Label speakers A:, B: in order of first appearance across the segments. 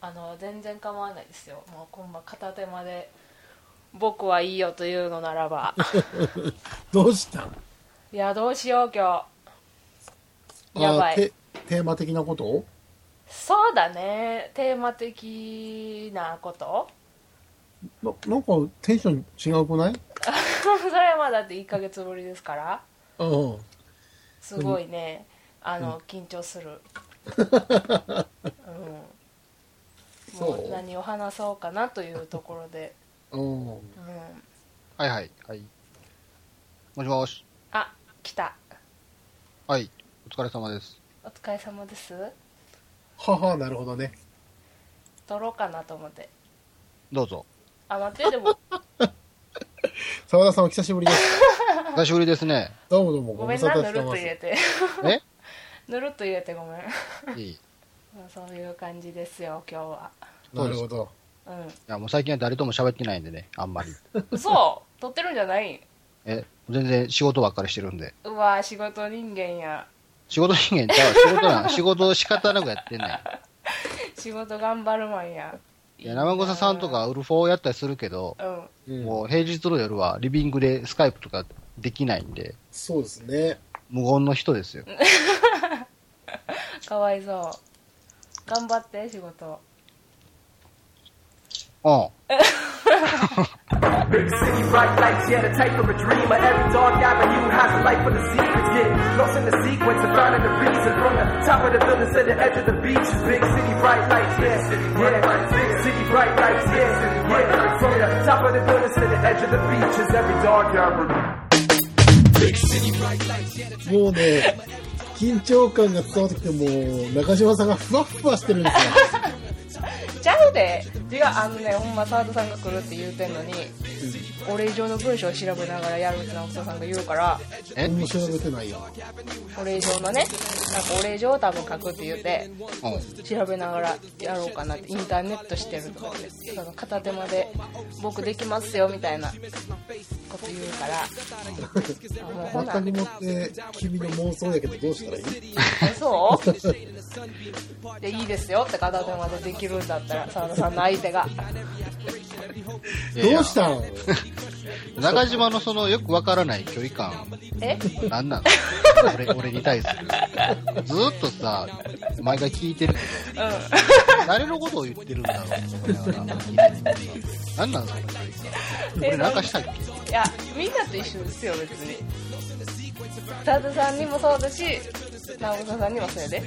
A: あの全然構わないですよもう今晩片手間で僕はいいよというのなら ば
B: どうしたん
A: いやどうしよう今日やば
B: あー
A: い
B: テテーマ的なこと
A: そうだねテーマ的なこと
B: ななんかテンション違うくない
A: それはまあだって1ヶ月ぶりですから
B: うん。
A: すごいね、あの緊張するうん
B: そう
A: もう何を話そうかなというところで、
B: うん。
A: うん、
C: はいはい。はい。もしもし。
A: あ来た
C: はい。お疲れ様です。
A: お疲れ様です
B: はは、なるほどね。
A: 撮ろうかなと思って
C: どうぞ。
A: あ待ってでも
B: 沢田さんお久しぶりです。
C: 久しぶりですね。
B: どうもどうも
A: ごめんなぬるっ
B: して
A: と
B: ま
A: 入れ
B: す。
A: て
C: え
A: ぬるっと入れてごめん
C: いい。
A: うんそういう感じですよ今日は
B: なるほど。
A: う
C: いや、もう最近は誰とも喋ってないんでね、あんまり。
A: んそう撮ってるんじゃない
C: え、全然仕事ばっかりしてるんで。
A: うわ仕事人間や
C: 仕事人間ちゃう。仕事 なん、仕事を仕方なくやってんね
A: 仕事頑張るマンや
C: ん。いや、生臭さんとかウルフォーやったりするけど、
A: うん
B: うん
C: もう平日の夜はリビングでスカイプとかできないんで、
B: そうですね。
C: 無言の人ですよ。
A: かわいそう頑張って仕事
C: うん。
D: Big city, bright lights, yeah, the type of a dreamer. Every dark avenue has a light for the secrets, yeah. Lost in the sequence of finding the reason. From the top of the building to the edge of the beach. Big city, bright lights, yeah. yeah. Big city, bright lights, yeah. yeah. From the top of the building to the edge of the beach is every dark avenue.
B: もうね、緊張感が伝わってきて、もう、中島さんがふわっふわしてるんです
A: ちゃうで違うあのねほんま澤田さんが来るって言うてんのに俺以上の文章を調べながらやるって直人さんが言うから
B: よ。
C: え
B: 面白べてないよ。
A: お礼状のねなんかお礼状を多分書くって言って
C: うん。
A: 調べながらやろうかなってインターネットしてるとかでその片手間で僕できますよみたいなこと言うからあもうほ
B: ま
A: な
B: たにもって、君の妄想やけどどうしたらいい
A: えそうでいいですよって片手間でできるんだったら澤田さんの相手が
B: どうしたん
C: 中島のそのよくわからない距離感、
A: え
C: なんなの俺俺に対する。ずーっとさ、毎回聞いてるけど、誰のことを言ってるんだろうと思いながら聞いてるけどさなんなのその距離感。俺なんかしたっけ
A: いやみんなと一緒ですよ別に澤田さんにもそうだし直子さんにもそうやで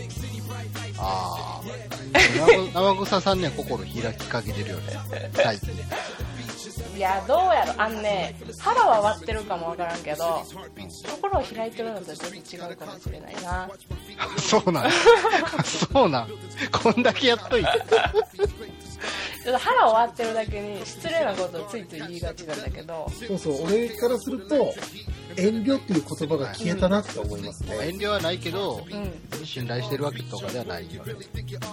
C: ああ。生草さんね、心開きかけてるよね。最近。
A: いやどうやろあんね腹は割ってるかもわからんけど心を開いてるのとちょっと違うかもしれないな
C: そうなんそうなんこんだけやっといて。
A: ちょっと腹を割ってるだけに失礼なことをついつい言いがちなんだけど
B: そうそう、俺からすると、遠慮っていう言葉が消えたなって思いますね。
C: 遠慮はないけど、
A: う
C: 信頼してるわけとかではないよね。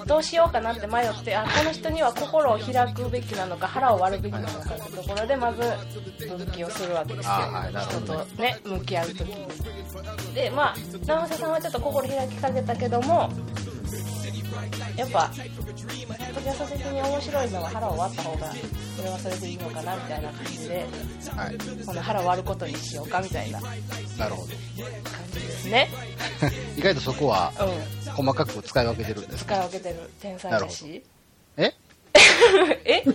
A: どうしようかなって迷ってあこの人には心を開くべきなのか腹を割るべきなのかってところでまず分岐をするわけですよ、
C: あーはいなる
A: 人
C: ほどね
A: とね向き合う時にでまあ直瀬さんはちょっと心開きかけたけどもやっぱポキャスト的に面白いのは腹を割った方がそれはそれでいいのかなみたいな感じで
C: はい。
A: この腹を割ることにしようかみたいな感
C: なるほど。
A: じですね
C: 意外とそこは
A: う
C: 細かく使い分けてるんですか
A: 使い分けてる天才だし
C: え
A: えうん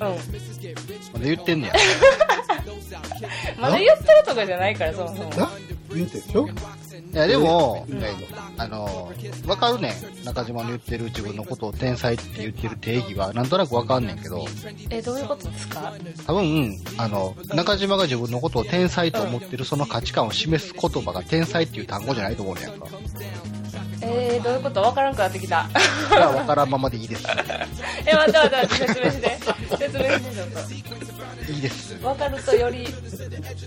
C: まだ言ってんねや。
A: まだ言ってるとかじゃないから、そもそも。
B: な言うてるでしょ
C: いや、でも、
B: うん
C: あの、わかるねん。中島の言ってる自分のことを天才って言ってる定義は、なんとなくわかんねんけど、
A: え、どういうことですか
C: 多分、あの、中島が自分のことを天才と思ってるその価値観を示す言葉が天才っていう単語じゃないと思うねんやんか。
A: えー、どういうことわからんくなってきた。
C: じゃあ、わからんままでい いです。
A: え、待って待って待って、説明して。説明して、ちょ
C: いいです
A: っ。と。わかるとより、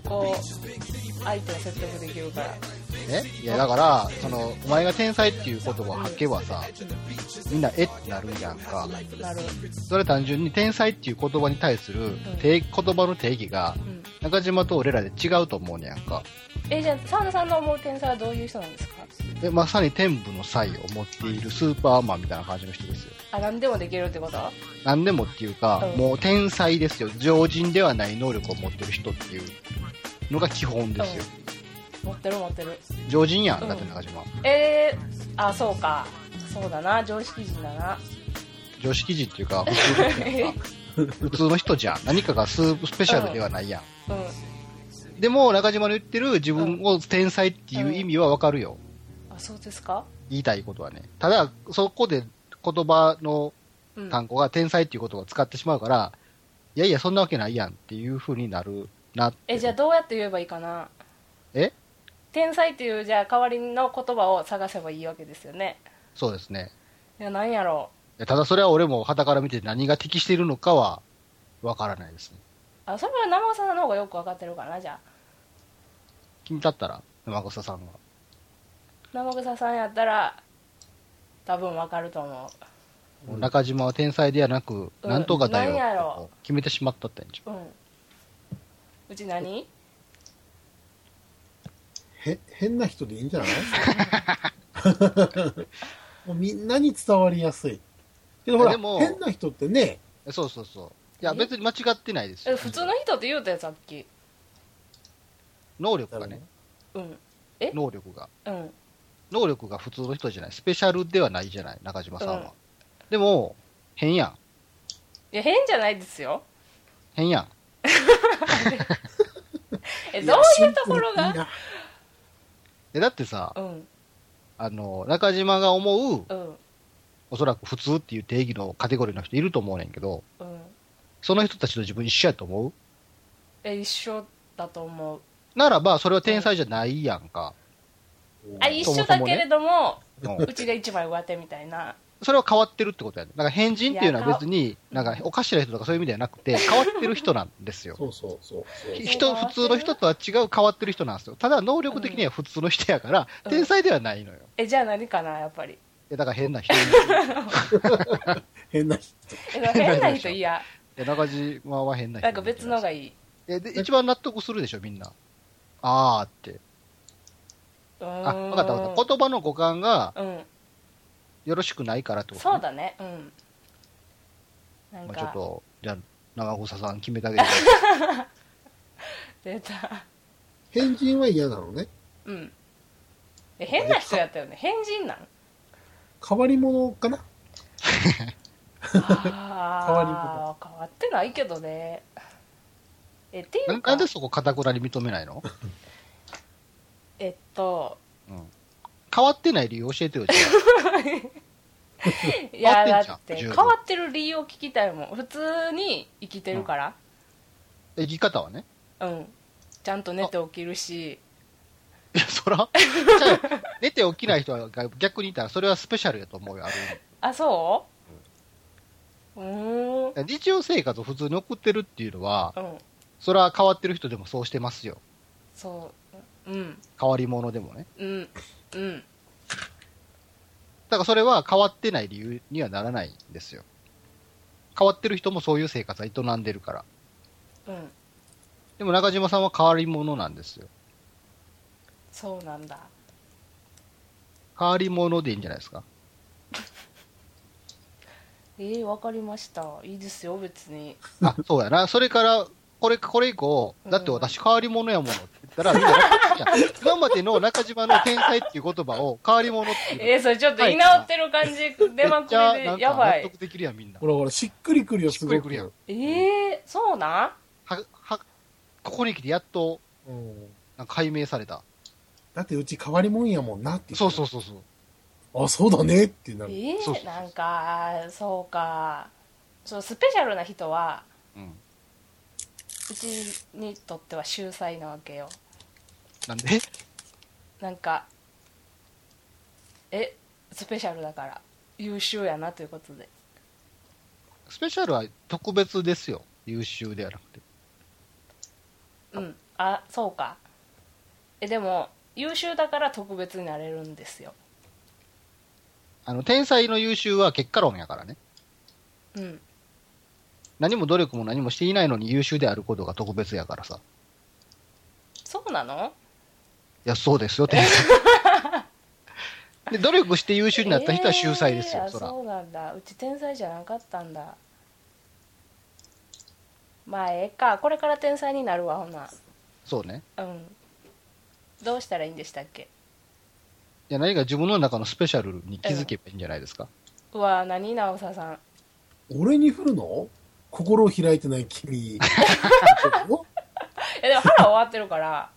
A: こう、相手を説得できるから。
C: ね、いやだからそのお前が天才っていう言葉を吐けばさみんなえってなるやんか
A: なる。
C: それ単純に天才っていう言葉に対する定言葉の定義が
A: うん。
C: 中島と俺らで違うと思うねやんか
A: え、じゃあ、沢田さんの思う天才はどういう人なんですか
C: でまさに天部の才を持っているスーパーマンみたいな感じの人ですよ
A: あ、何でもできるってこと
C: 何でもっていうか、
A: うん
C: もう天才ですよ。常人ではない能力を持ってる人っていうのが基本ですよ。
A: 持ってる持ってる。
C: 常人やん、
A: うん
C: だって中島。
A: えー、あ、そうか。そうだな、常識人だな。
C: 常識人っていうか、普通 の人やんか普通の人じゃん。何かがスースペシャルではないやん。
A: うん。
C: でも、中島の言ってる自分を天才っていう意味はわかるよ。
A: あ、そうですか
C: 言いたいことはね。ただ、そこで言葉の
A: うん。
C: 単語が天才っていうことを使ってしまうから、いやいや、そんなわけないやんっていう風になるなって。
A: え、じゃあどうやって言えばいいかな
C: え
A: 天才っていう、じゃあ代わりの言葉を探せばいいわけですよね。
C: そうですね。
A: いや、何やろ
C: ただそれは俺も旗から見て何が適しているのかはわからないですね。
A: う。あ、それは生尾さんの方がよくわかってるかな、じゃあ。
C: 君だったら、山笠さんは。
A: 生草さんやったら、多分わかると思
B: うん
C: 中島は天才ではなく、
A: うん
C: なんとかだ
A: なんやろ
C: よ。決めてしまったってんじ
A: う。うん。うち何
B: へ、変な人でいいんじゃないもうみんなに伝わりやすい。けどほら、
C: でも
B: 変な人ってね、
C: ゃん。そうそうそう。いや、
A: え
C: 別に間違ってないです
A: え、
C: よ。
A: 普通の人って言うたよ、さっき。
C: 能力がね、
A: うん。誰
C: 能力が。
A: うん。
C: 能力が普通の人じゃない。スペシャルではないじゃない、中島さんは。
A: うん
C: でも、変やん。
A: いや、変じゃないですよ。
C: 変やん。
A: え、
B: い
A: ど
B: や
A: ういうところ
B: シンプル
A: が
B: に
C: え、だってさ
A: う、ん、
C: あの、中島が思う、
A: うん、
C: おそらく普通っていう定義のカテゴリーの人いると思うねんけど、
A: うん。
C: その人たちと自分一緒やと思う
A: え、一緒だと思う。
C: ならば、それは天才じゃないやんか。
B: い
A: あ、
B: や
A: 一緒だけれども、
C: うん
A: うちが一枚上手みたいな。
C: それは変わってるってことやね。だから変人っていうのは別に、なんかおかしな人とかそういう意味ではなくて、変わってる人なんですよ。
B: そうそうそうそう。
C: 人、普通の人とは違う変わってる人なんですよ。ただ能力的には普通の人やから、
A: うん
C: 天才ではないのよ。
A: え、じゃあ何かな、やっぱ り。
C: えだから変 な人。
B: 変な人。
A: え、なんか変な人嫌。
C: え中島は変な人。
A: なんか別のがいい。
C: えで一番納得するでしょ、みんな。あーって。
A: う
C: あ、
A: ーん。
C: わかったわかった。言葉の五感が
A: うん。
C: よろしくないからってことね、
A: そうだね。うん。なん
C: まあ、ちょっ
A: か、
C: と、じゃあ、長子さん決めてあげ て。
A: 出た。
B: 変人は嫌なのね。
A: うん。え、変な人やったよね。変人 なん
B: 変わり者かな
A: ああ、変わってないけどね。え、ってい
C: な
A: うん
C: な
A: か
C: んで、そこ、かたくなに認めないの、
A: えっと、
C: うん、変わってない理由教えてよ、じゃ
A: いや、
C: 変
A: だ
C: わってんじゃん
A: って、
C: 十
A: 変
C: 分
A: わってる理由を聞きたいもん。普通に生きてるから。
C: あ生き方はね。
A: うん。ちゃんと寝て起きるし。
C: いや、 そら、じゃあ寝て起きない人が逆にいたら、それはスペシャルやと思うよ、ある
A: あ、そううーん。
C: 意味日常生活を普通に送ってるっていうのは
A: う、ん。
C: それは変わってる人でもそうしてますよ。
A: そう。うん。
C: 変わり者でもね。
A: うん。うん。
C: だからそれは変わってない理由にはならないんですよ。変わってる人もそういう生活は営んでるから。
A: うん。
C: でも中島さんは変わり者なんですよ。
A: そうなんだ。
C: 変わり者でいいんじゃないですか。
A: えー、わかりました。いいですよ、別 に。
C: あ、そうやな。それから、これ、これ以降、だって私変わり者やものって言ったら、みんな納得するやん、今までの中島の天才っていう言葉を変わり者っていう。
A: えー、それちょっと居直ってる感じ、出まく
C: じゃあ、
A: り
C: なん
A: で、
C: か
A: やば
C: 納
A: い。
C: 得できるやん、みんな
B: ほ。らほら、しっくりくるよ、すごく。
C: しっくりくるやん
A: えー、そうなん
C: は、は、ここに来てやっと、
B: うん
C: なんか解明された。
B: だってうち変わり者やもんなって。
C: そうそうそうそう。
B: あ、そうだねってな
A: え
B: る。
A: ー
C: そうそうそう
A: なんかそうかそうスペシャルな人は
C: うん。
A: うちにとっては秀才なわけよ
C: なんで、
A: なんかえスペシャルだから優秀やなということで
C: スペシャルは特別ですよ。優秀ではなくて。
A: うんあそうかえでも優秀だから特別になれるんですよ
C: あの、天才の優秀は結果論やからね。
A: うん
C: 何も努力も何もしていないのに優秀であることが特別やからさ。
A: そうなの
C: いや、そうですよ、天才。で努力して優秀になった人は秀才ですよ、
A: えー
C: そら。
A: そうなんだうち天才じゃなかったんだまあええかこれから天才になるわほな
C: そうね。
A: うんどうしたらいいんでしたっけ
C: いや、何か自分の中のスペシャルに気づけばいいんじゃないですか。
A: うわ何直ささん
B: 俺に振るの心を開いてない君。
A: えでも腹終わってるから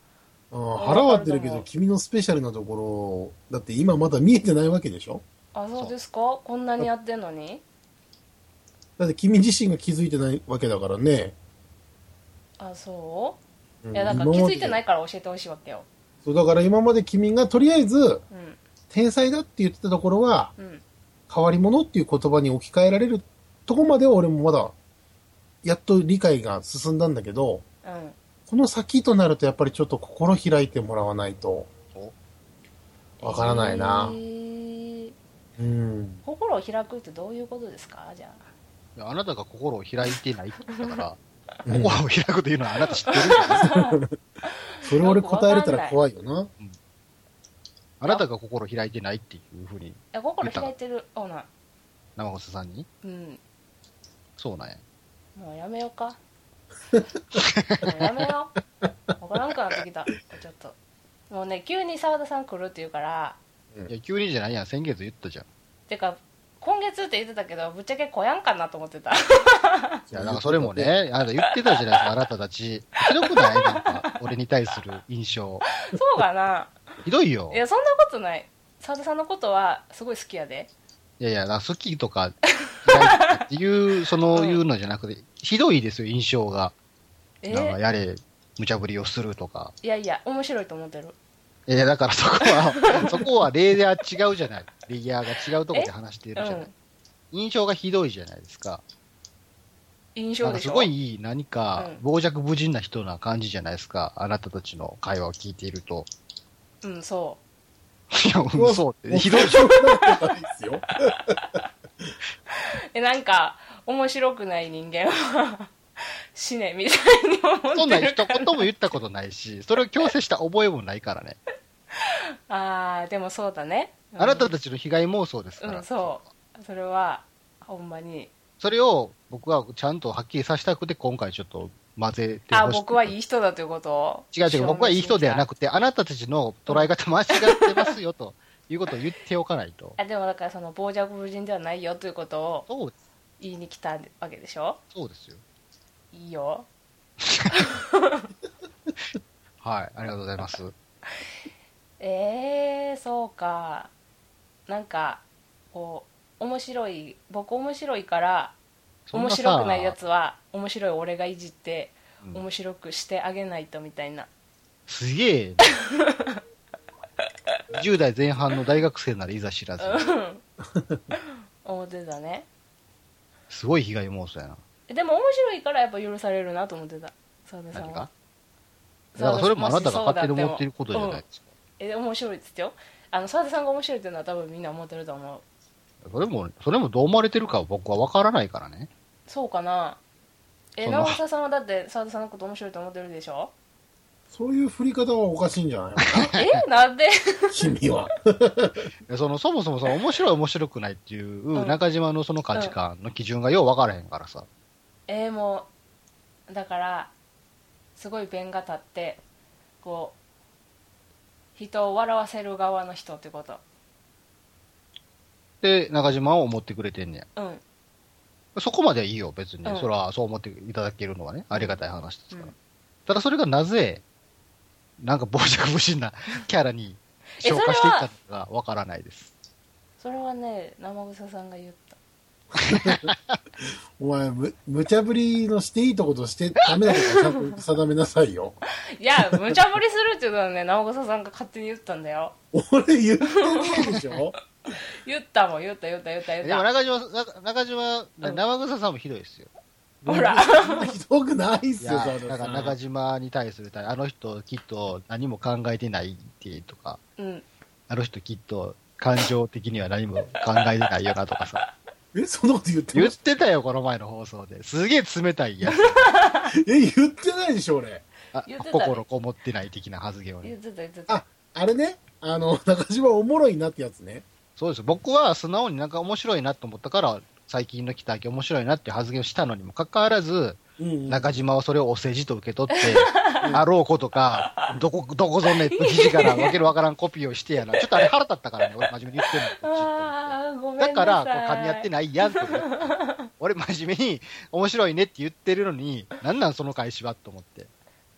B: うん腹は合ってるけ
A: わかると思
B: ど
A: う、
B: 君のスペシャルなところ、だって今まだ見えてないわけでしょ
A: あそうですかこんなにやってんのに
B: だって君自身が気づいてないわけだからね。
A: あそううんいやだから気づいてないから教えてほしいわけよ
B: そう、だから今まで君がとりあえず、
A: うん
B: 天才だって言ってたところは、
A: うん
B: 変わり者っていう言葉に置き換えられるとこまでは俺もまだ、やっと理解が進んだんだけど、
A: うん
B: この先となるとやっぱりちょっと心開いてもらわないと
C: お、
B: わからないな
A: え。ー
B: うん。
A: 心を開くってどういうことですかじゃあ
C: いやあなたが心を開いてないって言ったから、
B: うん
C: 心を開くというのはあなた知ってるんです
B: それ
C: よ
B: 俺答えれたら怖いよな。
C: あなたが心を開いてないっていうふうに、
A: いや心開いてるオーナー
C: 生瀬さんに。
A: うん
C: そうなんや。
A: もうやめようかもうやめようわからんくなってきたちょっともうね急に澤田さん来るって言うから
C: いや、急にじゃないやん。先月言ったじゃん。
A: てか今月って言ってたけどぶっちゃけ来やんかなと思ってた
C: いや、なんかそれもね、あなた言ってたじゃないですか、あなたたち。ひどくないなんか、俺に対する印象。
A: そうかな
C: ひどいよ
A: い。やそんなことない澤田さんのことはすごい好きやで
C: いやいや、なんか好き とか、嫌いとかっていう、そのいうのじゃなくて、ひどいですよ、印象が。
A: え
C: なんかやれ、無茶ぶりをするとか。
A: いやいや面白いと思ってる
C: いや、だからそこ は、そこはレイヤー違うじゃない。レイヤーが違うところで話してるじゃな
A: う
C: い
A: ん。
C: 印象がひどいじゃないですか。
A: 印
C: な
A: 象
C: んか
A: でし
C: す
A: ょ
C: ごいいい何か
A: うん
C: 傍若無人な人な感じじゃないですか。あなたたちの会話を聞いている と。
A: うんそ
C: いや、うんそうって。ひどいじゃん
B: 状況なんですよ。
A: うえなんか面白くない人間は 死ねみたいに思
C: そ
A: っ
C: んな
A: て
C: 一
A: るから
C: 言も言ったことないし、それを強制した覚えもないからね。
A: あーでもそうだね、うん
C: あなたたちの被害妄想ですか
A: うん
C: ら。
A: そうそれはほんまに
C: それを僕はちゃんとはっきりさせたくて、今回ちょっと混ぜて
A: あ
C: ほしい。
A: 僕はいい人だということを
C: 違う違う、僕はいい人ではな
A: く
C: くて、あなたたちの捉え方間違ってますよということを言っておかないと。
A: あでもだからその傍若無人ではないよということを
C: そう
A: 言いに来たわけでしょ
C: そうですよ。
A: いいよ
C: はい、ありがとうございます。
A: えー、そうかなんかこう面白い僕面白いから
C: そん
A: 面
C: さ
A: 白くないやつは面白い俺がいじって
C: うん
A: 面白くしてあげないとみたいな、
C: すげえ。10代前半の大学生ならいざ知らず、
A: 思ってたね
C: すごい被害妄想やな。
A: でも面白いからやっぱ許されるなと思ってた澤田さん
C: 何
A: は
C: かだからそれもあなたが勝手に思っていることじゃないですか。
A: え面白いっつってよあの澤田さんが面白いっていうのは多分みんな思ってると思う
C: それも、それもどう思われてるかは僕は分からないからね。
A: そうかなえ
C: そんな
A: 直田さんはだって澤田さんのこと面白いと思ってるでしょ
B: そういう振り方はおかしいんじゃないの
A: えなんで
B: 君は。
C: そのそも そもその面白い面白くないっていう
A: うん
C: 中島のその価値観の基準がよう分からへんからさ。
A: えもうだからすごい弁が立ってこう人を笑わせる側の人ってこと
C: で、中島を思ってくれてんね
A: う
C: や。
A: ん
C: そこまではいいよ、別に。
A: うん
C: それはそう思っていただけるのはね、ありがたい話ですから。
A: うん
C: ただそれがなぜ、なんか傍若 無人なキャラに
A: えそ
C: 消
A: れは
C: 化していったのかわからないです。
A: それはね生臭さんが言った
B: お前、む、無茶ぶりのしていいとことしてダメなことをちゃんと定めなさいよ。
A: いや無茶ぶりするっていうのはね生臭さんが勝手に言ったんだよ
B: 俺言ってないでしょ
A: 言ったもん言った言った言った言っ
C: でも
A: た
C: 中島、中中島、
A: うん
C: 生臭さんもひどいですよ。
A: ほら
B: そんなひどくないっ
C: い
B: すよ、
C: や、
B: 澤田
C: だか
B: さ
C: ら中
B: ん。
C: 島に対する、あの人きっと何も考えてないってとか、
A: うん
C: あの人きっと感情的には何も考えてないよなとかさ。
B: え、 そんなこと言って
C: 言
B: ま
C: っ
B: して
C: たよ、この前の放送で。すげえ冷たいやつ。
B: たえ、言ってないでしょ、俺。
C: あ
A: 言ってた
C: 心こもってない的な発言をね
A: 言っ。てた言ってた
B: あ、あれね。あの、中島おもろいなってやつね。
C: そうです。僕は素直になんか面白いなと思ったから、最近の北秋面白いなって発言をしたのにもかかわらず、
B: うんうん、
C: 中島はそれをお世辞と受け 取って、あろうことか、どこ、どこぞね、記事からわけのわからんコピーをしてやな。ちょっとあれ腹立ったからね、俺真面目に言ってるの。
A: あーごめんなさ
C: だ
A: い。
C: から、こう噛み合ってないやんって 思って。俺真面目に面白いねって言ってるのに、なんなんその返しはと思って。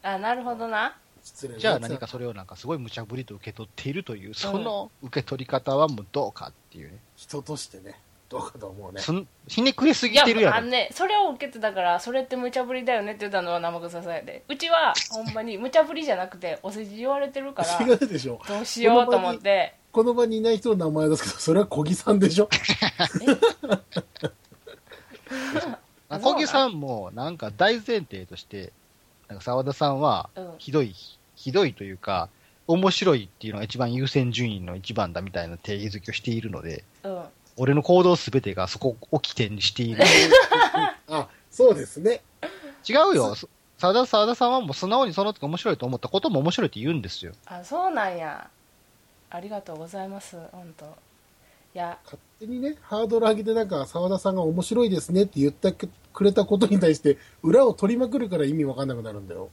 A: あ、なるほどな。
B: 失礼な
C: じゃあ何か
B: やつ
C: それをなんかすごい無茶ぶりと受け取っているという、その受け取り方はもうどうかっていうね。
B: 人としてね、どうかと思うね。
C: そんひねくれす
A: い
C: ぎてるや
A: あ
C: ろ
A: の。ね、それを受けてたから、それって無茶ぶりだよねって言ったのは生臭さやで。うちは、ほんまに無茶ぶりじゃなくて、お世辞言われてるから、
B: 違うでしょ。
A: どうしようと思って。
B: この場にいない人の名前ですけど、それは小木さんでしょ。
A: あ
C: 小木さんも、なんか大前提として、なんか沢田さんは
A: うん、
C: ひどい、ひどいというか、面白いっていうのが一番優先順位の一番だみたいな定義づけをしているので、
A: うん。
C: 俺の行動すべてがそこを起点にしている。
B: あ、そうですね。
C: 違うよ。そ沢田沢田さんはもう素直にその時面白いと思ったことも面白いって言うんですよ。
A: あ、そうなんや。ありがとうございます、本当。いや、
B: 勝手にね、ハードル上げて、なんか、沢田さんが面白いですねって言ってくれたことに対して、裏を取りまくるから意味わかんなくなるんだよ。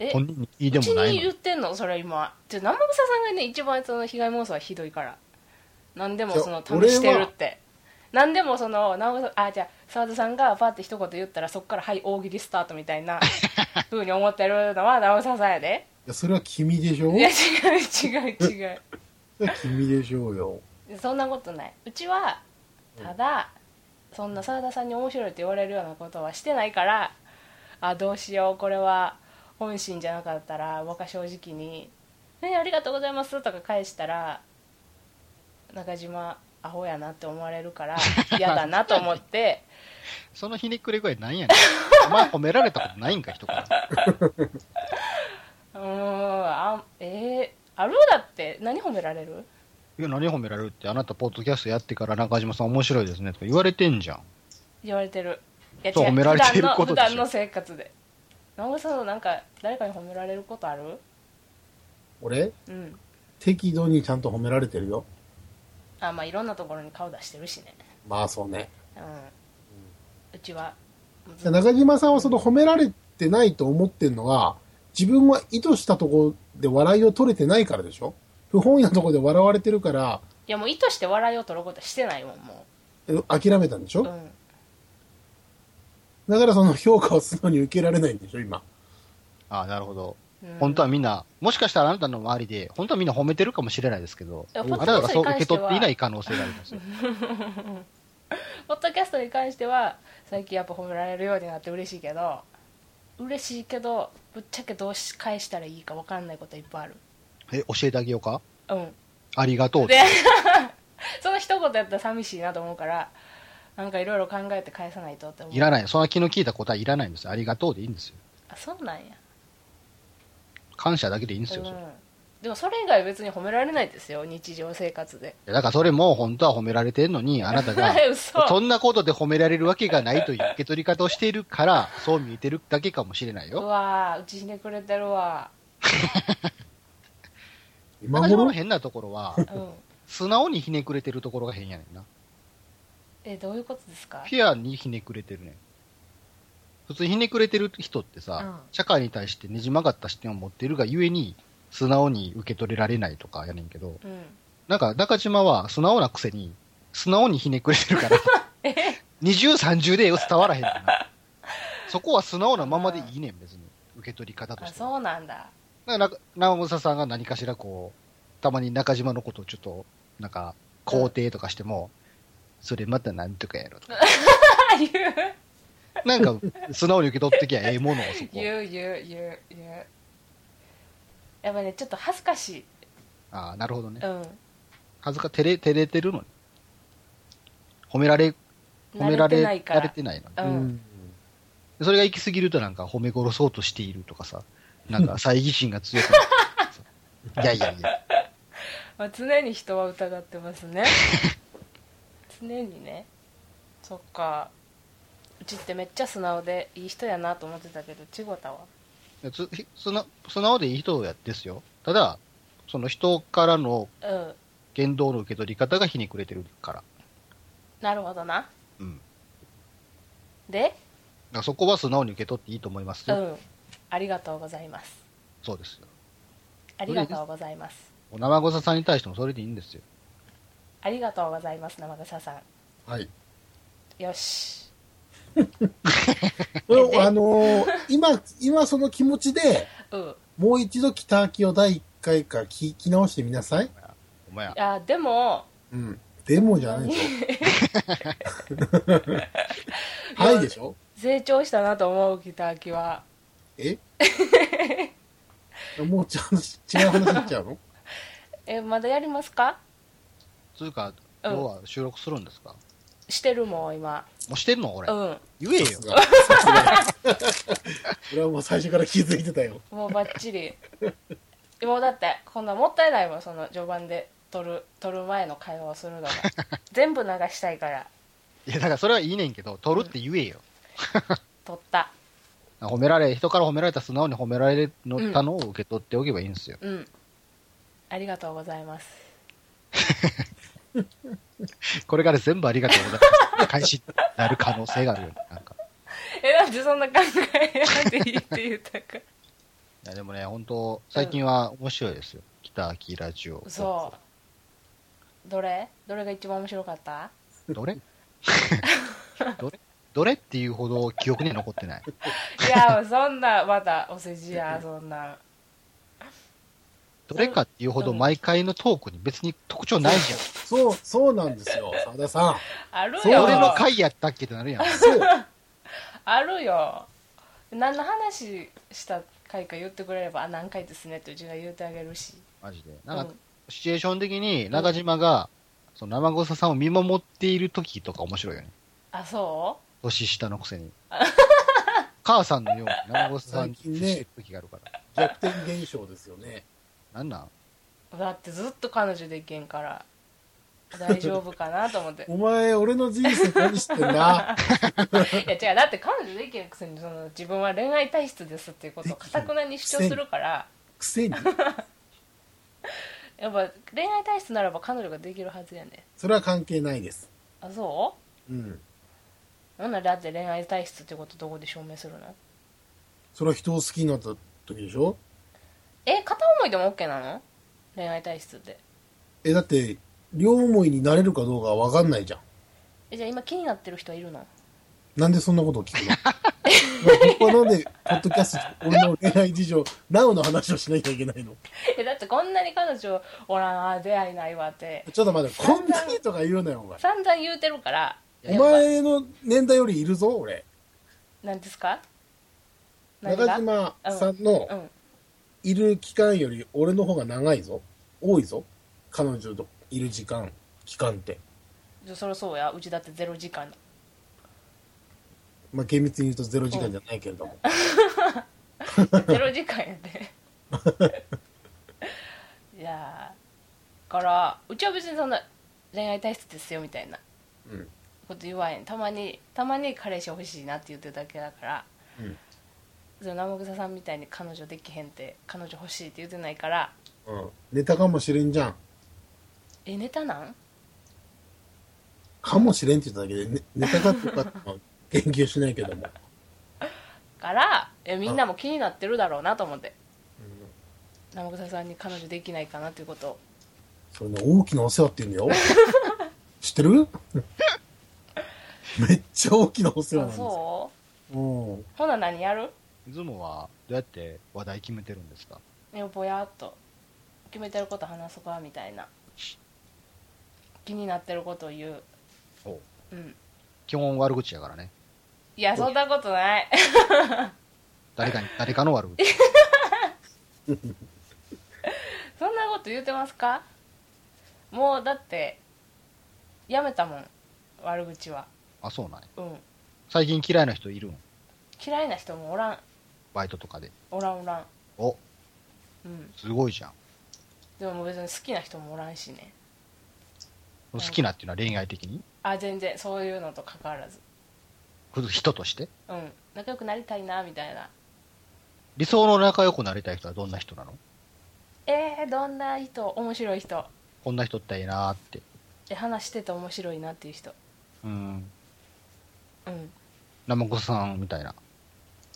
A: え、
C: 本人に聞いうて
A: ち
C: もな
A: に
C: い
A: 言
C: の。
A: ってんのそれ今じゃ生臭さんがね一番その被害妄想はひどいから何でもその
B: じゃ俺
A: 試し
B: は
A: てるって何でもその生臭さあじゃあ澤田さんがパって一言言ったらそっからはい大喜利スタートみたいなふうに思ってるのは生臭さやで
B: いや、それは君でしょ
A: いや違う違う違う
B: それは君でしょうよ。
A: そんなことないうちはただ、そんな澤田さんに面白いって言われるようなことはしてないからあどうしようこれは本心じゃなかったら僕は正直に「ねありがとうございます」とか返したら中島アホやなって思われる から嫌だなと思って
C: そのひねくれ具合なんやね ん。お前褒められたことないんか、人から。
A: うーんあえー、あるだって何褒められる
C: いや、何褒められるって、あなたポッドキャストやってから中島さん面白いですねとか言われてんじゃん。
A: 言われてるいや
C: そう
A: 違う
C: 褒められてるこ
A: 普
C: とでしょ
A: 段の普段の生活で直江さんのなんか誰かに褒められることある
B: 俺、
A: うん
B: 適度にちゃんと褒められてるよ。
A: あまあいろんなところに顔出してるしね
B: まあそうね。
A: うんうちはずっと
B: 中島さんはその褒められてないと思ってるのは、自分は意図したところで笑いを取れてないからでしょ不本意なところで笑われてるから、
A: いやもう意図して笑いを取ることはしてないもんも
B: え諦めたんでしょ、
A: う、うん、
B: だからその評価を素直に受けられないんでしょ今。
C: ああ、なるほど。
A: うん
C: 本当はみんな、もしかしたらあなたの周りで、本当はみんな褒めてるかもしれないですけど、
A: いや
C: あ
A: ポッド
C: な
A: キャストに関し
C: たがそう受
A: ては
C: け取っていない可能性がありますよ。
A: ポッドキャストに関しては最近やっぱ褒められるようになって嬉しいけど嬉しいけどぶっちゃけどうし返したらいいか分かんないこといっぱいある
C: え、教えてあげようか
A: うん
C: ありがとうって
A: で その一言やったら寂しいなと思うからなんかいろいろ考えて返さないとって思う
C: いらない。そんな気の利いた答えいらないんですよ。ありがとうでいいんですよ。
A: あそうなんや
C: 感謝だけでいいんです
A: うん
C: よ。それい
A: でもそれ以外別に褒められないですよ日常生活で
C: やだからそれも本当は褒められてんのに、あな たが、
A: 嘘
C: そんなことで褒められるわけがないという受け取り方をしているから、そう見えてるだけかもしれないうよ。
A: わーうちひねくれてるわ
B: 今
C: 中島の
B: 頃
C: 変なところは、
A: うん
C: 素直にひねくれてるところが変やねんな。
A: えどういうことですか
C: フィアにひねくれてるね。普通ひねくれてる人ってさ、
A: うん
C: 社会に対してねじ曲がった視点を持っているがゆえに、素直に受け取れられないとかやねんけど、
A: うん
C: なんか中島は素直なくせに、素直にひねくれて るから、二重三重で伝わらへんねんな。そこは素直なままでいいねん、別に。受け取り方と
A: あ
C: しては。
A: そうなん だ
C: だから、長政さんが何かしらこう、たまに中島のことをちょっと、なんか、肯定とかしても、それまたなんとかやろとか。
A: あ言う
C: なんか、 素直に受け取ってきゃええものをそこ。
A: 言う言う言う言うやっぱねちょっと恥ずかしい
C: ああ、なるほど
A: う
C: ね。
A: ん
C: 恥ずか、照れ、照れてるのに。褒められ、褒めら
A: 慣れ
C: れ、
A: てないから
C: 慣れてないのに
A: う
B: うんん
C: それが行き過ぎるとなんか褒め殺そうとしているとかさ、なんか猜疑心が強くなるとかさいやいやいや、
A: まあ、常に人は疑ってますね 常にねそっかうちってめっちゃ素直でいい人やなと思ってたけどちごたわ
C: つ素直素直でいい人やですよ。ただ、その人からの
A: うん。
C: 言動の受け取り方がひねくれてるから。
A: なるほどな。
C: うん。だ
A: で、
C: からそこは素直に受け取っていいと思います
A: う
C: よ。
A: ん。ありがとうございます。
C: そうですよ。
A: ありがとうございます。
C: お生ごささんに対してもそれでいいんですよ。
A: ありがとうございます、生草さ
B: はい。
A: ん。よし。
B: これあのー今、今その気持ちで、
A: うん。
B: もう一度北秋を第一回から聞き直してみなさい。
C: お前
A: い、や、でも、
B: うん。でもじゃないでし ょ。はいでしょ
A: 成長したなと思う、北秋は。
B: えもうちゃんと違う話になっちゃうの
A: え、まだやりますか
C: つうか、
A: うん
C: 今日は収録するんですか、
A: してるもん、今。
C: もうしてんの俺、
A: うん。
C: 言えよ。
B: さすが。 俺はもう最初から気づいてたよ。
A: もうバッチリ。 もうだって、こんなもったいないもん、その序盤で撮る、撮る前の会話をするの が。全部流したいから、
C: いや、だからそれはいいねんけど、取るって言えよ。
A: 撮った。
C: 褒められ、人から褒められたら素直に褒められの、
A: うん
C: たのを受け取っておけばいいんですよ。
A: うん。ありがとうございます。
C: これから全部ありがとうございます。開始になる可能性があるよ、ね、なんか。
A: え、なんでそんな考えなんでいいって言ったか。
C: いやでもね、本当最近は面白いですよ。北秋ラジオ。
A: そう。どれどれが一番面白かった
C: どれどれどれっていうほど記憶には残ってない。
A: いや、そんな、まだお世辞や、そんな。
C: どれかっていうほど毎回のトークに別に特徴ないじ
B: そう、そうなんですよ、澤田さん。
A: ある
B: そう
C: ゃん。
A: よ
C: ど。れの回やったっけってなるやん。
B: そう。
A: あるよ。何の話した回か言ってくれれば、あ、何回ですねってうちが言ってあげるし。
C: マジで。なん
A: う
C: か
A: ん、
C: シチュエーション的に中島が、その生臭さんを見守っている時とか面白いよね。
A: あ、そう
C: 年下のくせに。母さんのように生臭さんに接してる時があるから。
B: 逆転現象ですよね。
C: なんなん
A: だってずっと彼女できんから大丈夫かなと 思って
B: お前、俺の人生何してんだ
A: いや違うだって彼女できんくせにその自分は恋愛体質ですっていうことをかたくなに主張するから
B: くせに。
A: やっぱ恋愛体質ならば彼女ができるはずやね
B: それは関係ないです。
A: あそ
B: う
A: う
B: ん。
A: なんならだって恋愛体質ってことどこで証明するの
B: それは人を好きになった時でしょ
A: え片思いでも OK なの恋愛体質って
B: え、だって、両思いになれるかどうかわかんないじゃん。
A: えじゃあ今気になってる人はいるの
B: なんでそんなことを聞くの僕はなんで、ポッドキャスト、俺の恋愛事情、ナウの話をしなきゃいけないの
A: えだってこんなに彼女おらんあ出会いないわって
B: ちょっと待って、こんなにとか言うなよ、お前。
A: 散々言うてるから
B: お前の年代よりいるぞ、俺。
A: 何ですか何が
B: 中島さんの
A: うん
B: いる期間より俺の方が長いぞ。多いぞ。彼女といる時間、期間って。
A: じゃあそりゃそうやうちだってゼロ時間だ
B: まあ、厳密に言うとゼロ時間じゃないけれども。
A: ゼロ時間やでいやーからうちは別にそんな恋愛体質ですよみたいな
B: うん。
A: こと言わへんたまにたまに彼氏欲しいなって言ってるだけだから、
B: うん
A: その生臭さんみたいに彼女できへんって彼女欲しいって言ってないから
B: うん。ネタかもしれんじゃん。
A: えネタなん
B: かもしれんって言っただけで、ね、ネタかとかってのは言及しないけども。
A: からえみんなも気になってるだろうなと思って、生臭さんに彼女できないかなっていうことを
B: それね、大きなお世話って言うんだよ。知って るめっちゃ大きなお世話
A: あ
B: なんですよ。
A: そう
B: うん。
A: ほな何やる
C: いつもはどうやって話題決めてるんですか
A: ねぼやっと決めてること話そうかみたいな気になってることを言ううん
C: 基本悪口やからね。
A: いやそんなことない
C: 誰 かに、誰かの悪口。
A: そんなこと言うてますかもうだってやめたもん悪口は
C: あ、そうなんや。
A: うん
C: 最近嫌いな人いるん
A: 嫌いな人もおらん
C: バイトとかで。
A: おらんおらん
C: お、
A: うん
C: すごいじゃん。
A: でももう別に好きな人もおらんしね
C: 好きなっていうのは恋愛的に
A: あ全然そういうのと関わらず
C: 人として
A: うん仲良くなりたいなみたいな
C: 理想の仲良くなりたい人はどんな人なの
A: えー、どんな人面白い人
C: こんな人っていいなーって。
A: え話してて面白いなっていう人
C: うん。
A: うん
C: ナマコさんみたいな。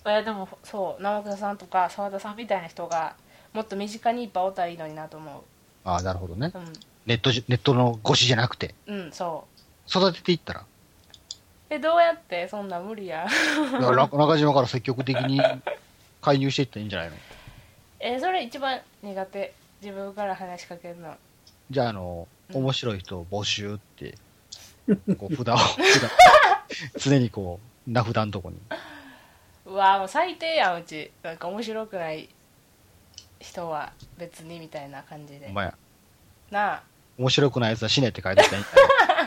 A: えーでもそう生草さんとか澤田さんみたいな人がもっと身近にいっぱいおったらいいのになと思
C: ああ、なるほどね
A: う。
C: ネットじ、ネットの越しじゃなくて、
A: うん、うん、そう
C: 育てていった ら。
A: えどうやってそんなん無理や
C: いや中中島から積極的に介入していったらいいんじゃないの
A: えそれ一番苦手自分から話しかけるの
C: じゃあ、あの、
A: うん
C: 面白い人を募集って、こう、札を、札を 常にこう、名札のとこに。
A: うわーもう最低やんうちなんか面白くない人は別にみたいな感じで
C: お前、
A: なあ
C: 面白くないやつは死ねって書いてたらいいん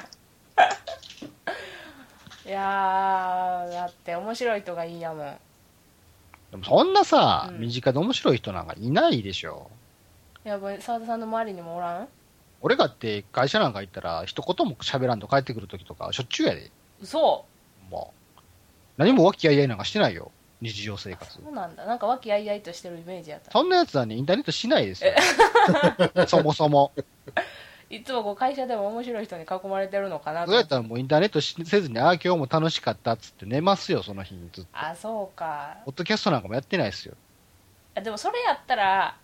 C: だ
A: いやーだって面白い人がいいやもん
C: でもそんなさ、
A: うん
C: 身近で面白い人なんかいないでしょ。
A: やばい澤田さんの周りにもおらん
C: 俺がって会社なんか行ったら、一言も喋らんと帰ってくるときとか、しょっちゅうやで。
A: 嘘
C: もう。何も和気あいあいなんかしてないよ。日常生活。
A: そうなんだなんか和気あいあいとしてるイメージやった
C: そんなやつはね、インターネットしないですよ。 そもそも。
A: いつもこう会社でも面白い人に囲まれてるのかな
C: そ
A: と
C: うやったらもうインターネットしせずに、ああ、今日も楽しかったっつって寝ますよ、その日にずっと。
A: あそうか
C: ポッドキャストなんかもやってないですよ。
A: あでもそれやったら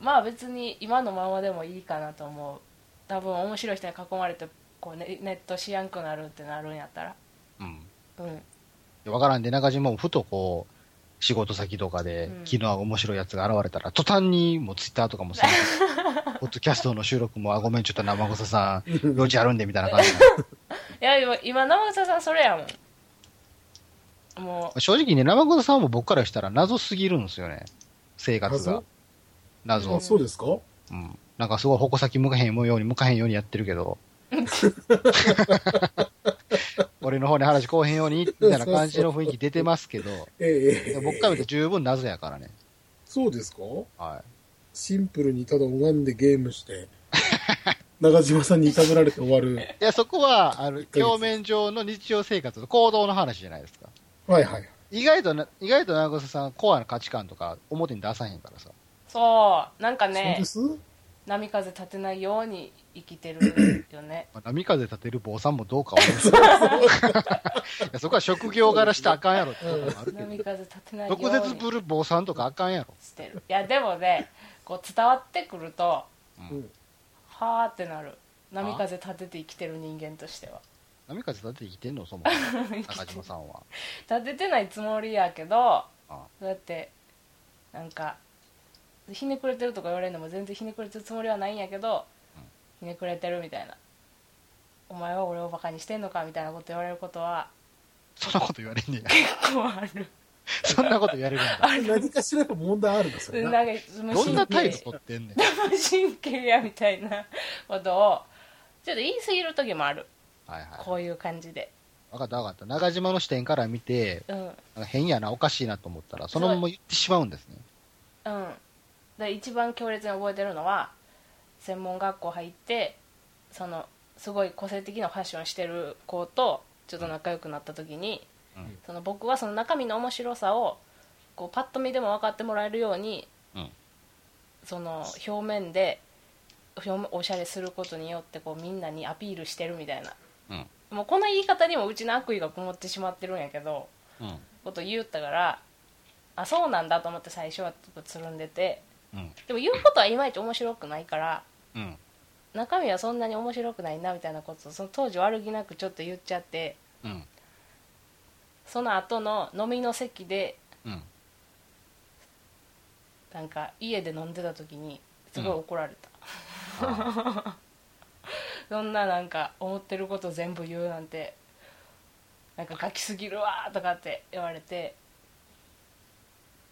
A: まあ別に今のままでもいいかなと思う多分面白い人に囲まれてこう、ね、ネットしやんくなるってなるんやったら
C: うん。
A: うん
C: わからんで、中島もふとこう、仕事先とかで、
A: うん
C: 昨日は面白いやつが現れたら、途端にもうツイッターとかも さ、ポッドキャストの収録も、あ、ごめん、ちょっと生臭さん、用事あるんで、みたいな感じで。
A: い やでも今生草さんそれやもんも
C: 正直ね、生臭さんも僕からしたら謎すぎるんですよね。生活が。謎
B: あ、。そうですか
C: うん。なんかすごい矛先向かへんように、向かへんようにやってるけ ど。俺の方に話こうへんように、みたいな感じの雰囲気出てますけど、
B: ええええ
C: 僕から見て十分謎やからね。
B: そうですか
C: は
B: シンプルにただ拝んでゲームして、長島さんにいたぶられて終わる。
C: い。いや、そこは、あの、
B: ヶ月
C: 表面上の日常生活の行動の話じゃないですか。
B: はいはい。
C: 意外とな、意外と長瀬さん、コアな価値観とか表に出さへんからさ。
A: うそうなんかね
B: そうです
A: 波風立てないように生きてるよ ね
C: まあ波風立てる坊さんもどうか思 ういやそこは職業柄してあかんやろってとこもあるけど。
A: 波風立てないように
C: 毒舌ぶる坊さんとかあかんやろ。
A: してるいやでもねこう伝わってくると
B: うん
A: はあってなる波風立てて生きてる人間としては
C: 波風立てて生きてんのそも そも
A: 生きて
C: 中島さんは。
A: 立ててないつもりやけど
C: あ
A: そうやってなんかひねくれてるとか言われるのも全然ひねくれてるつもりはないんやけど、ひねくれてるみたいなお前は俺をバカにしてんのかみたいなこと言われることは
C: そんなこと言われんねや。
A: 結構ある
C: そんなこと言われる んだ。
B: 何かしらやっぱ問題あるんですよね。
A: なんか無
C: どんな態度
A: 神経
C: 取ってんねん。
A: 無神経やみたいなことをちょっと言い過ぎる時もある
C: はいはい。
A: こういう感じで
C: わかったわかった。中島の視点から見て、
A: うん
C: なんか変やな、おかしいなと思ったら、そのまま言ってしまうんですね。
A: うん、で一番強烈に覚えてるのは専門学校入ってそのすごい個性的なファッションしてる子とちょっと仲良くなった時に、
C: うん
A: その僕はその中身の面白さをこうパッと見でも分かってもらえるように
C: うん。
A: その表面で表面おしゃれすることによってこうみんなにアピールしてるみたいな
C: うん。
A: もうこの言い方にもうちの悪意がこもってしまってるんやけど
C: うん。
A: こと言ったからあそうなんだと思って最初はつるんでて
C: うん。
A: でも言うことはいまいち面白くないから
C: うん。
A: 中身はそんなに面白くないなみたいなことをその当時悪気なくちょっと言っちゃって
C: うん。
A: その後の飲みの席で
C: うん。
A: なんか家で飲んでた時にすごい怒られた、
C: あ
A: そんななんか思ってること全部言うなんてなんかガキすぎるわーとかって言われて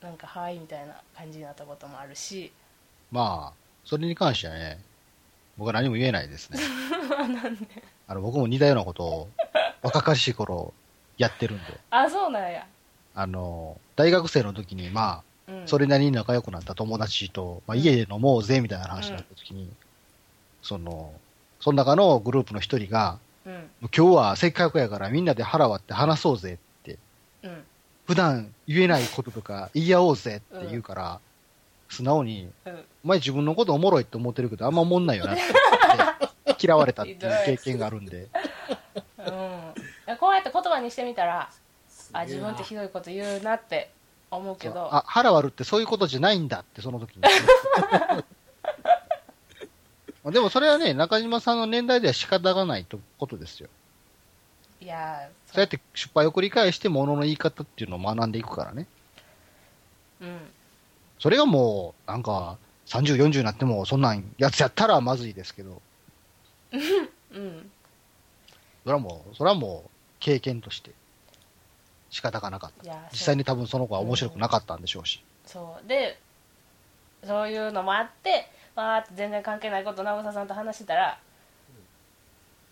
A: なんかはいみたいな感じになったこともあるし
C: まあ、それに関してはね、僕は何も言えないです ね。
A: なんで
C: あの、僕も似たようなことを、若かりし頃、やってるんで。
A: あそうなんや
C: あの、大学生の時に、
A: う
C: まあ、
A: ん
C: それなりに仲良くなった友達と、まあ、家で飲もうぜ、みたいな話になった時に、その、その中のグループの一人が、
A: うん
C: もう今日はせっかくやからみんなで腹割って話そうぜって、
A: うん
C: 普段言えないこととか言い合おうぜって言うから、素直に、
A: うん
C: お前自分のことおもろいって思ってるけど、あんまおもんないよなって 言って嫌われたっていう経験があるんで。
A: うん、こうやって言葉にしてみたらあ自分ってひどいこと言うなって思うけど
C: あ、腹割るってそういうことじゃないんだって、その 時に。でもそれはね、中島さんの年代では仕方がないとことですよ。
A: いやー
C: そうやって失敗を繰り返して、ものの言い方っていうのを学んでいくからね。
A: うん
C: それがもう、なんか、30、40になっても、そんなんやつやったらまずいですけど、
A: うん
C: それはもう、それはもう、経験として、仕方がなかった。
A: いやー
C: 実
A: そう
C: 際に多分その子は面白くなかったんでしょうし。
A: そうでそういうのもあってわーって全然関係ないこと直政さんと話してたら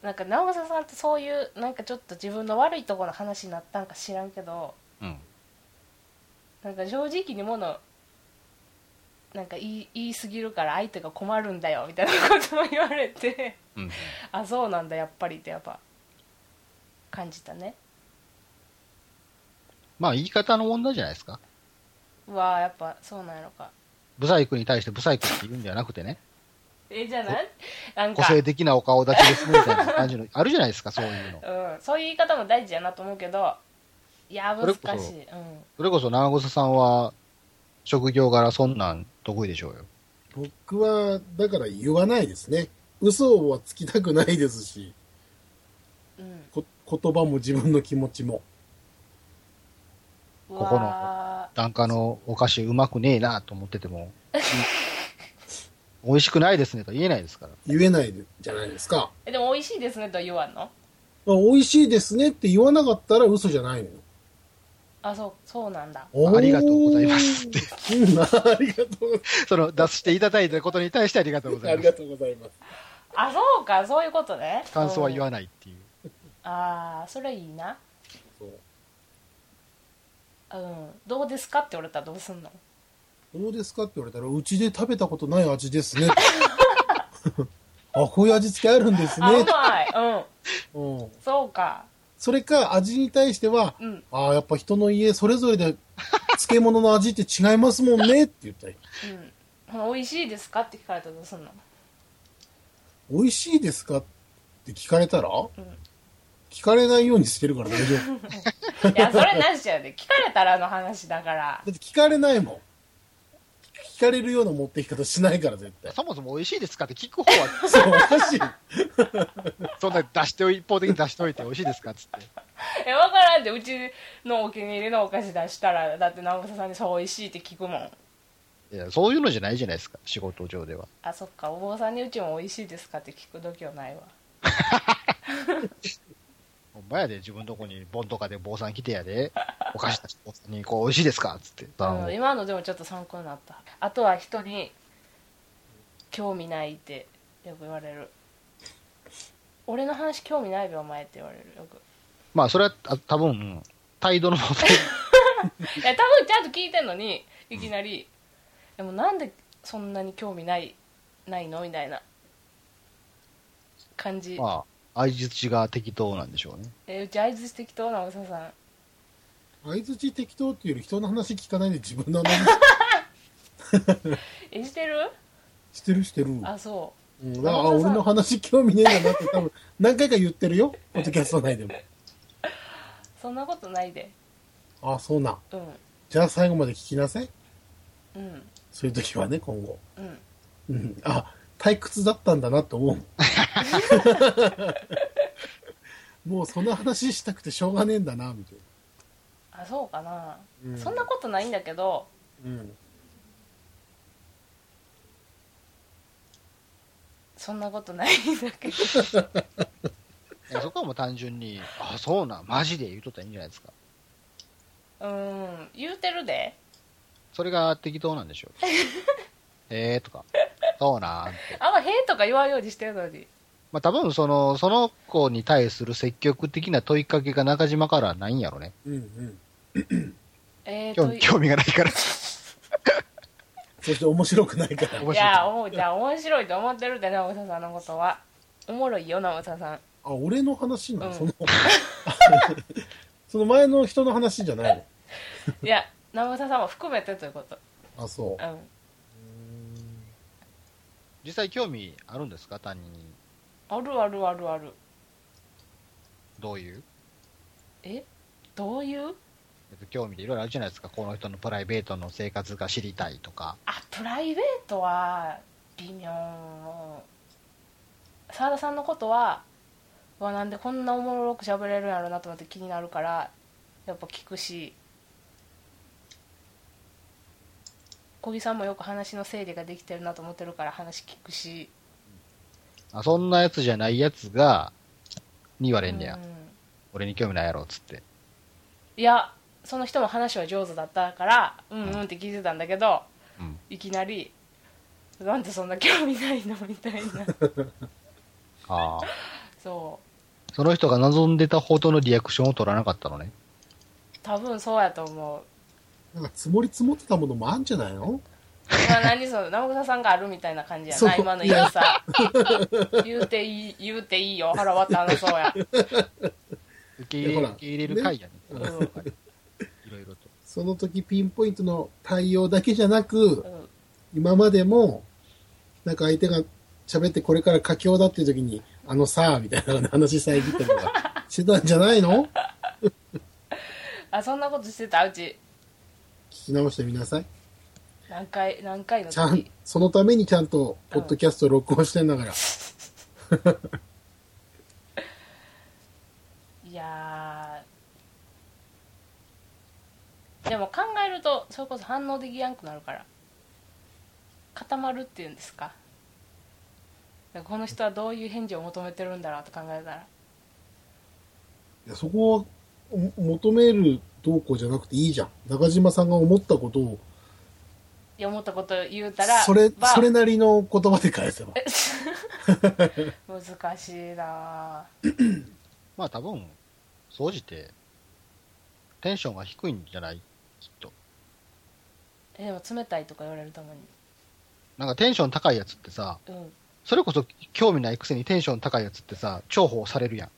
A: なんか直政さんってそういうなんかちょっと自分の悪いところの話になったんか知らんけど
C: うん。
A: なんか正直にものなんか言い言いすぎるから相手が困るんだよみたいなことも言われて
C: うん。
A: あそうなんだやっぱりってやっぱ感じたね
C: まあ、言い方の問題じゃないですか。
A: うわーやっぱそうなんやろか
C: ブサイクに対してブサイクって言うんじゃなくてね、
A: えじゃあなんなん
C: 個
A: か
C: 性的なお顔立ちですねみたいな感じの、あるじゃないですか、そういうの。
A: うん、そういう言い方も大事やなと思うけどいや
C: それ
A: 難
C: こそ
A: しい、うん、
C: それこそ、長ささんは、職業柄そんなん得意でしょうよ。
B: 僕は、だから言わないですね。嘘はつきたくないですし、
A: うん、
B: こ言葉も自分の気持ちも。
A: こ
C: この檀家のお菓子うまくねえなと思ってても、美味しくないですねと言えないですから。
B: 言えないじゃないですか。
A: えでも美味しいですねとは言わんの
B: まあ、美味しいですねって言わなかったら嘘じゃないのよ。
A: あそうそうなんだ
B: おー
C: ありがとうございますって。
B: うん ありがとう
C: その、出していただいたことに対してありがとうご
B: ござい
C: ざ
B: ます。あ
C: い
B: り
C: ま
B: が
C: す。
B: とうございます。
A: あそうかそういうことね
C: 感想は言
A: うん
C: わないっていう。
A: ああそれいいな
B: そう
A: うんどうですかって言われたらどうすんの
B: どうですかって言われたら、うちで食べたことない味ですね。 あ、こういう味付けあるんです
A: あう
B: ね。
A: まいうん
B: うん、
A: そうか
B: それか、味に対しては、
A: うん
B: ああ、やっぱ人の家それぞれで漬物の味って違いますもんねって言ったらいい、
A: うんこの美味しいですかって聞かれたらどうすんの
B: 美味しいですかって聞かれたら、
A: ん
B: 聞かれないようにしてるから大 丈夫。だ
A: いやそれなしやで聞かれたらの話だから
B: って聞かれないもん。聞かれるような持ってき方しないから絶対。
C: そもそも美味しいですかって聞く方 は、
B: そう、おかしい。
C: そんな出しておい、一方的に出しておいて美味しいですかっつって。
A: え分からんってうちのお気に入りのお菓子出したらだって直政さんに「そう美味しい」って聞くもん
C: いや、そういうのじゃないじゃないですか、仕事上では。
A: あそっかお坊さんに「うちも美味しいですか?」って聞く度胸ないわ
C: ほんまやで、自分とこに、ボンとかで坊さん来てやで、お菓子出して坊さんに、こう、美味しいですかっつって。あ
A: う
C: の
A: ん今のでもちょっと参考になったあとは人に「興味ない」ってよく言われる「俺の話興味ないべお前」って言われるよ く
C: まあ、それは、あ多分、態度の問題。
A: いや多分ちゃんと聞いてんのにいきなり「でもなんでそんなに興味ないないの?」みたいな感じ、
C: まあ、相槌が適当なんでしょうね。
A: えうち相づち適当なおささん
B: 相づち適当っていうより人の話聞かないで自分の話
A: えしてる
B: してるしてる。
A: あそ
B: うん、だからあ
A: 中
B: 俺
A: 田さん
B: の話興味ねえんだなって多分何回か言ってるよ。ポッドキャスト内 でも。
A: うそんなことないで
B: あ、そうなん。
A: うん
B: じゃあ最後まで聞きなさい。
A: うん
B: そういう時はね、今後。
A: うん
B: うん。あ、退屈だったんだなって 思うもん。もうその話したくてしょうがねえんだな、みたい
A: あそうかな、
B: うん
A: そんなことないんだけど
B: な。うん。
A: そんなことないんだけど
C: いやそこはもう単純に、あ、そうなん、マジで言うとったらいいんじゃないですか。
A: うん言うてるで
C: それが適当なんでしょ う。えーとか、そうなんって。
A: あんま「へえ」とか言わんようにしてるのに
C: まあ、多分その、その子に対する積極的な問いかけが中島からはないんやろね。
B: うんうん。
A: えー、
C: 興
A: と
C: 味興味がないから。
B: そして面白くないから。
C: 面
A: い
C: 白い
A: や思うじゃあ面白いと思ってるで直政さんのことはおもろいよ直政さん
B: あ、俺の話なの、
A: うん
B: その。その前の人の話じゃない
A: いや直政さんも含めてということ
B: の。あ、そうう。
A: ん
C: 実際興味あるんですか他人に。
A: あるあるあるある。
C: どういう
A: えどういう
C: えっと興味でいろいろあるじゃないですか。この人のプライベートの生活が知りたいとか。
A: あ、プライベートは、微妙。沢田さんのことは、うわ、なんでこんなおもろく喋れるんやろなと思って気になるから、やっぱ聞くし、小木さんもよく話の整理ができてるなと思ってるから話聞くし、
C: あ、そんなやつじゃないやつが、に言われんねや
A: う。ん
C: 俺に興味ないやろ、つって。
A: いやその人も話は上手だったからうんうんって聞いてたんだけど
C: うん。
A: いきなり「なんでそんな興味ないの?」みたい な
C: ああ。
A: そう
C: その人が望んでたほどのリアクションを取らなかったのね。
A: 多分そうやと思う
B: なんか積もり積もってたものもあるんじゃないの
A: まあ何その生草さんがあるみたいな感じや
B: そう
A: な今の言いさ言うていい言うていいよ腹割って話そうや、
C: 受け入れ
B: いやほら
C: 受け入れる会やね。
A: うん
C: いろいろと。
B: その時ピンポイントの対応だけじゃな
A: う、
B: く
A: ん
B: 今までも、なんか相手が喋ってこれから佳境だっていう時に、あのさみたいな話遮ったりと かしてたんじゃないの
A: あそんなことしてたうち
B: 聞き直してみなさい。
A: 何回何回の
B: ちゃん
A: 時、
B: そのためにちゃんと、ポッドキャスト録音してんだから。
A: いやーでも考えるとそれこそ反応できやんくなるから固まるっていうんですかだからこの人はどういう返事を求めてるんだろうと考えたら
B: いやそこはお求めるどうこうじゃなくていいじゃん。中島さんが思ったことを、
A: いや思ったこと言うたら
B: それ、
A: ば
B: それなりの言葉で返せば。
A: 難しいな
C: まあ多分、総じて、テンションが低いんじゃないきっと。
A: えでも冷たいとか言われるたまに
C: なんかテンション高いやつってさ、
A: うん
C: それこそ興味ないくせにテンション高いやつってさ、重宝されるやん。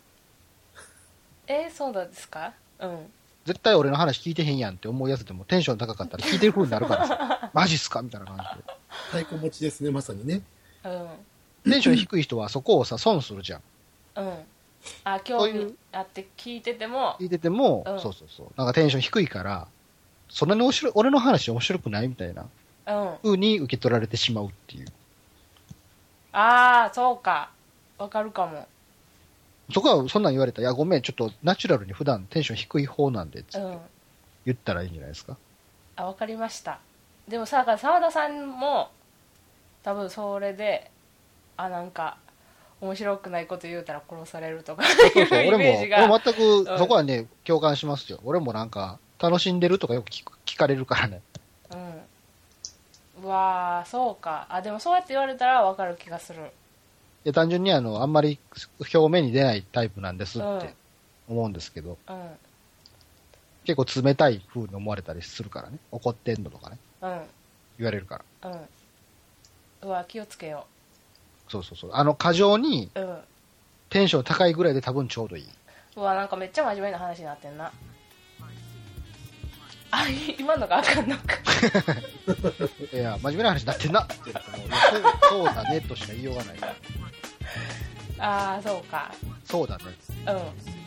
A: えそうなんですかうん
C: 絶対俺の話聞いてへんやんって思うやつでもテンション高かったら聞いてる風になるか らさ、マジっすかみたいな感じで。
B: 太鼓持ちですね、まさにね。
A: うん
C: テンション低い人はそこをさ、損するじゃん。
A: うんあ
C: そ
A: 興
C: ういう
A: 味あって聞いてても
C: 聞いてても、
A: うん
C: そうそうそう。なんかテンション低いから、そんなに面白い、俺の話面白くないみたいな
A: うん
C: 風に受け取られてしまうっていう。
A: ああそうかわかるかも
C: そこはそんなん言われたら、いやごめん、ちょっとナチュラルに普段テンション低い方なんで、つ
A: う
C: って
A: ん
C: 言ったらいいんじゃないですか。
A: あわかりましたでもさだから澤田さんも多分それであなんか面白くないこと言うたら殺されるとかい
C: そうそ う、
A: うイメージ
C: 俺も、
A: が
C: 俺全
A: う
C: く
A: ん
C: そこはね、共感しますよ。俺もなんか、楽しんでるとかよく聞く聞かれるからね。
A: うんうわあそうかあでもそうやって言われたらわかる気がする
C: いや単純にあの、あんまり表面に出ないタイプなんですっ
A: うん
C: て思うんですけど、
A: うん
C: 結構冷たい風に思われたりするからね。怒ってんのとかね、
A: うん
C: 言われるから。
A: うんうわ気をつけよ
C: そうそうそう。あの、過剰に
A: ううん
C: テンション高いぐらいで多分ちょうどいい。
A: うわなんかめっちゃ真面目な話になってんなあい今のがあかんのか
C: いや、真面目な話になってんなって言ってもいやそう、そうだねとしか言いようがないから。
A: ああそうか
C: そうだね。
A: うん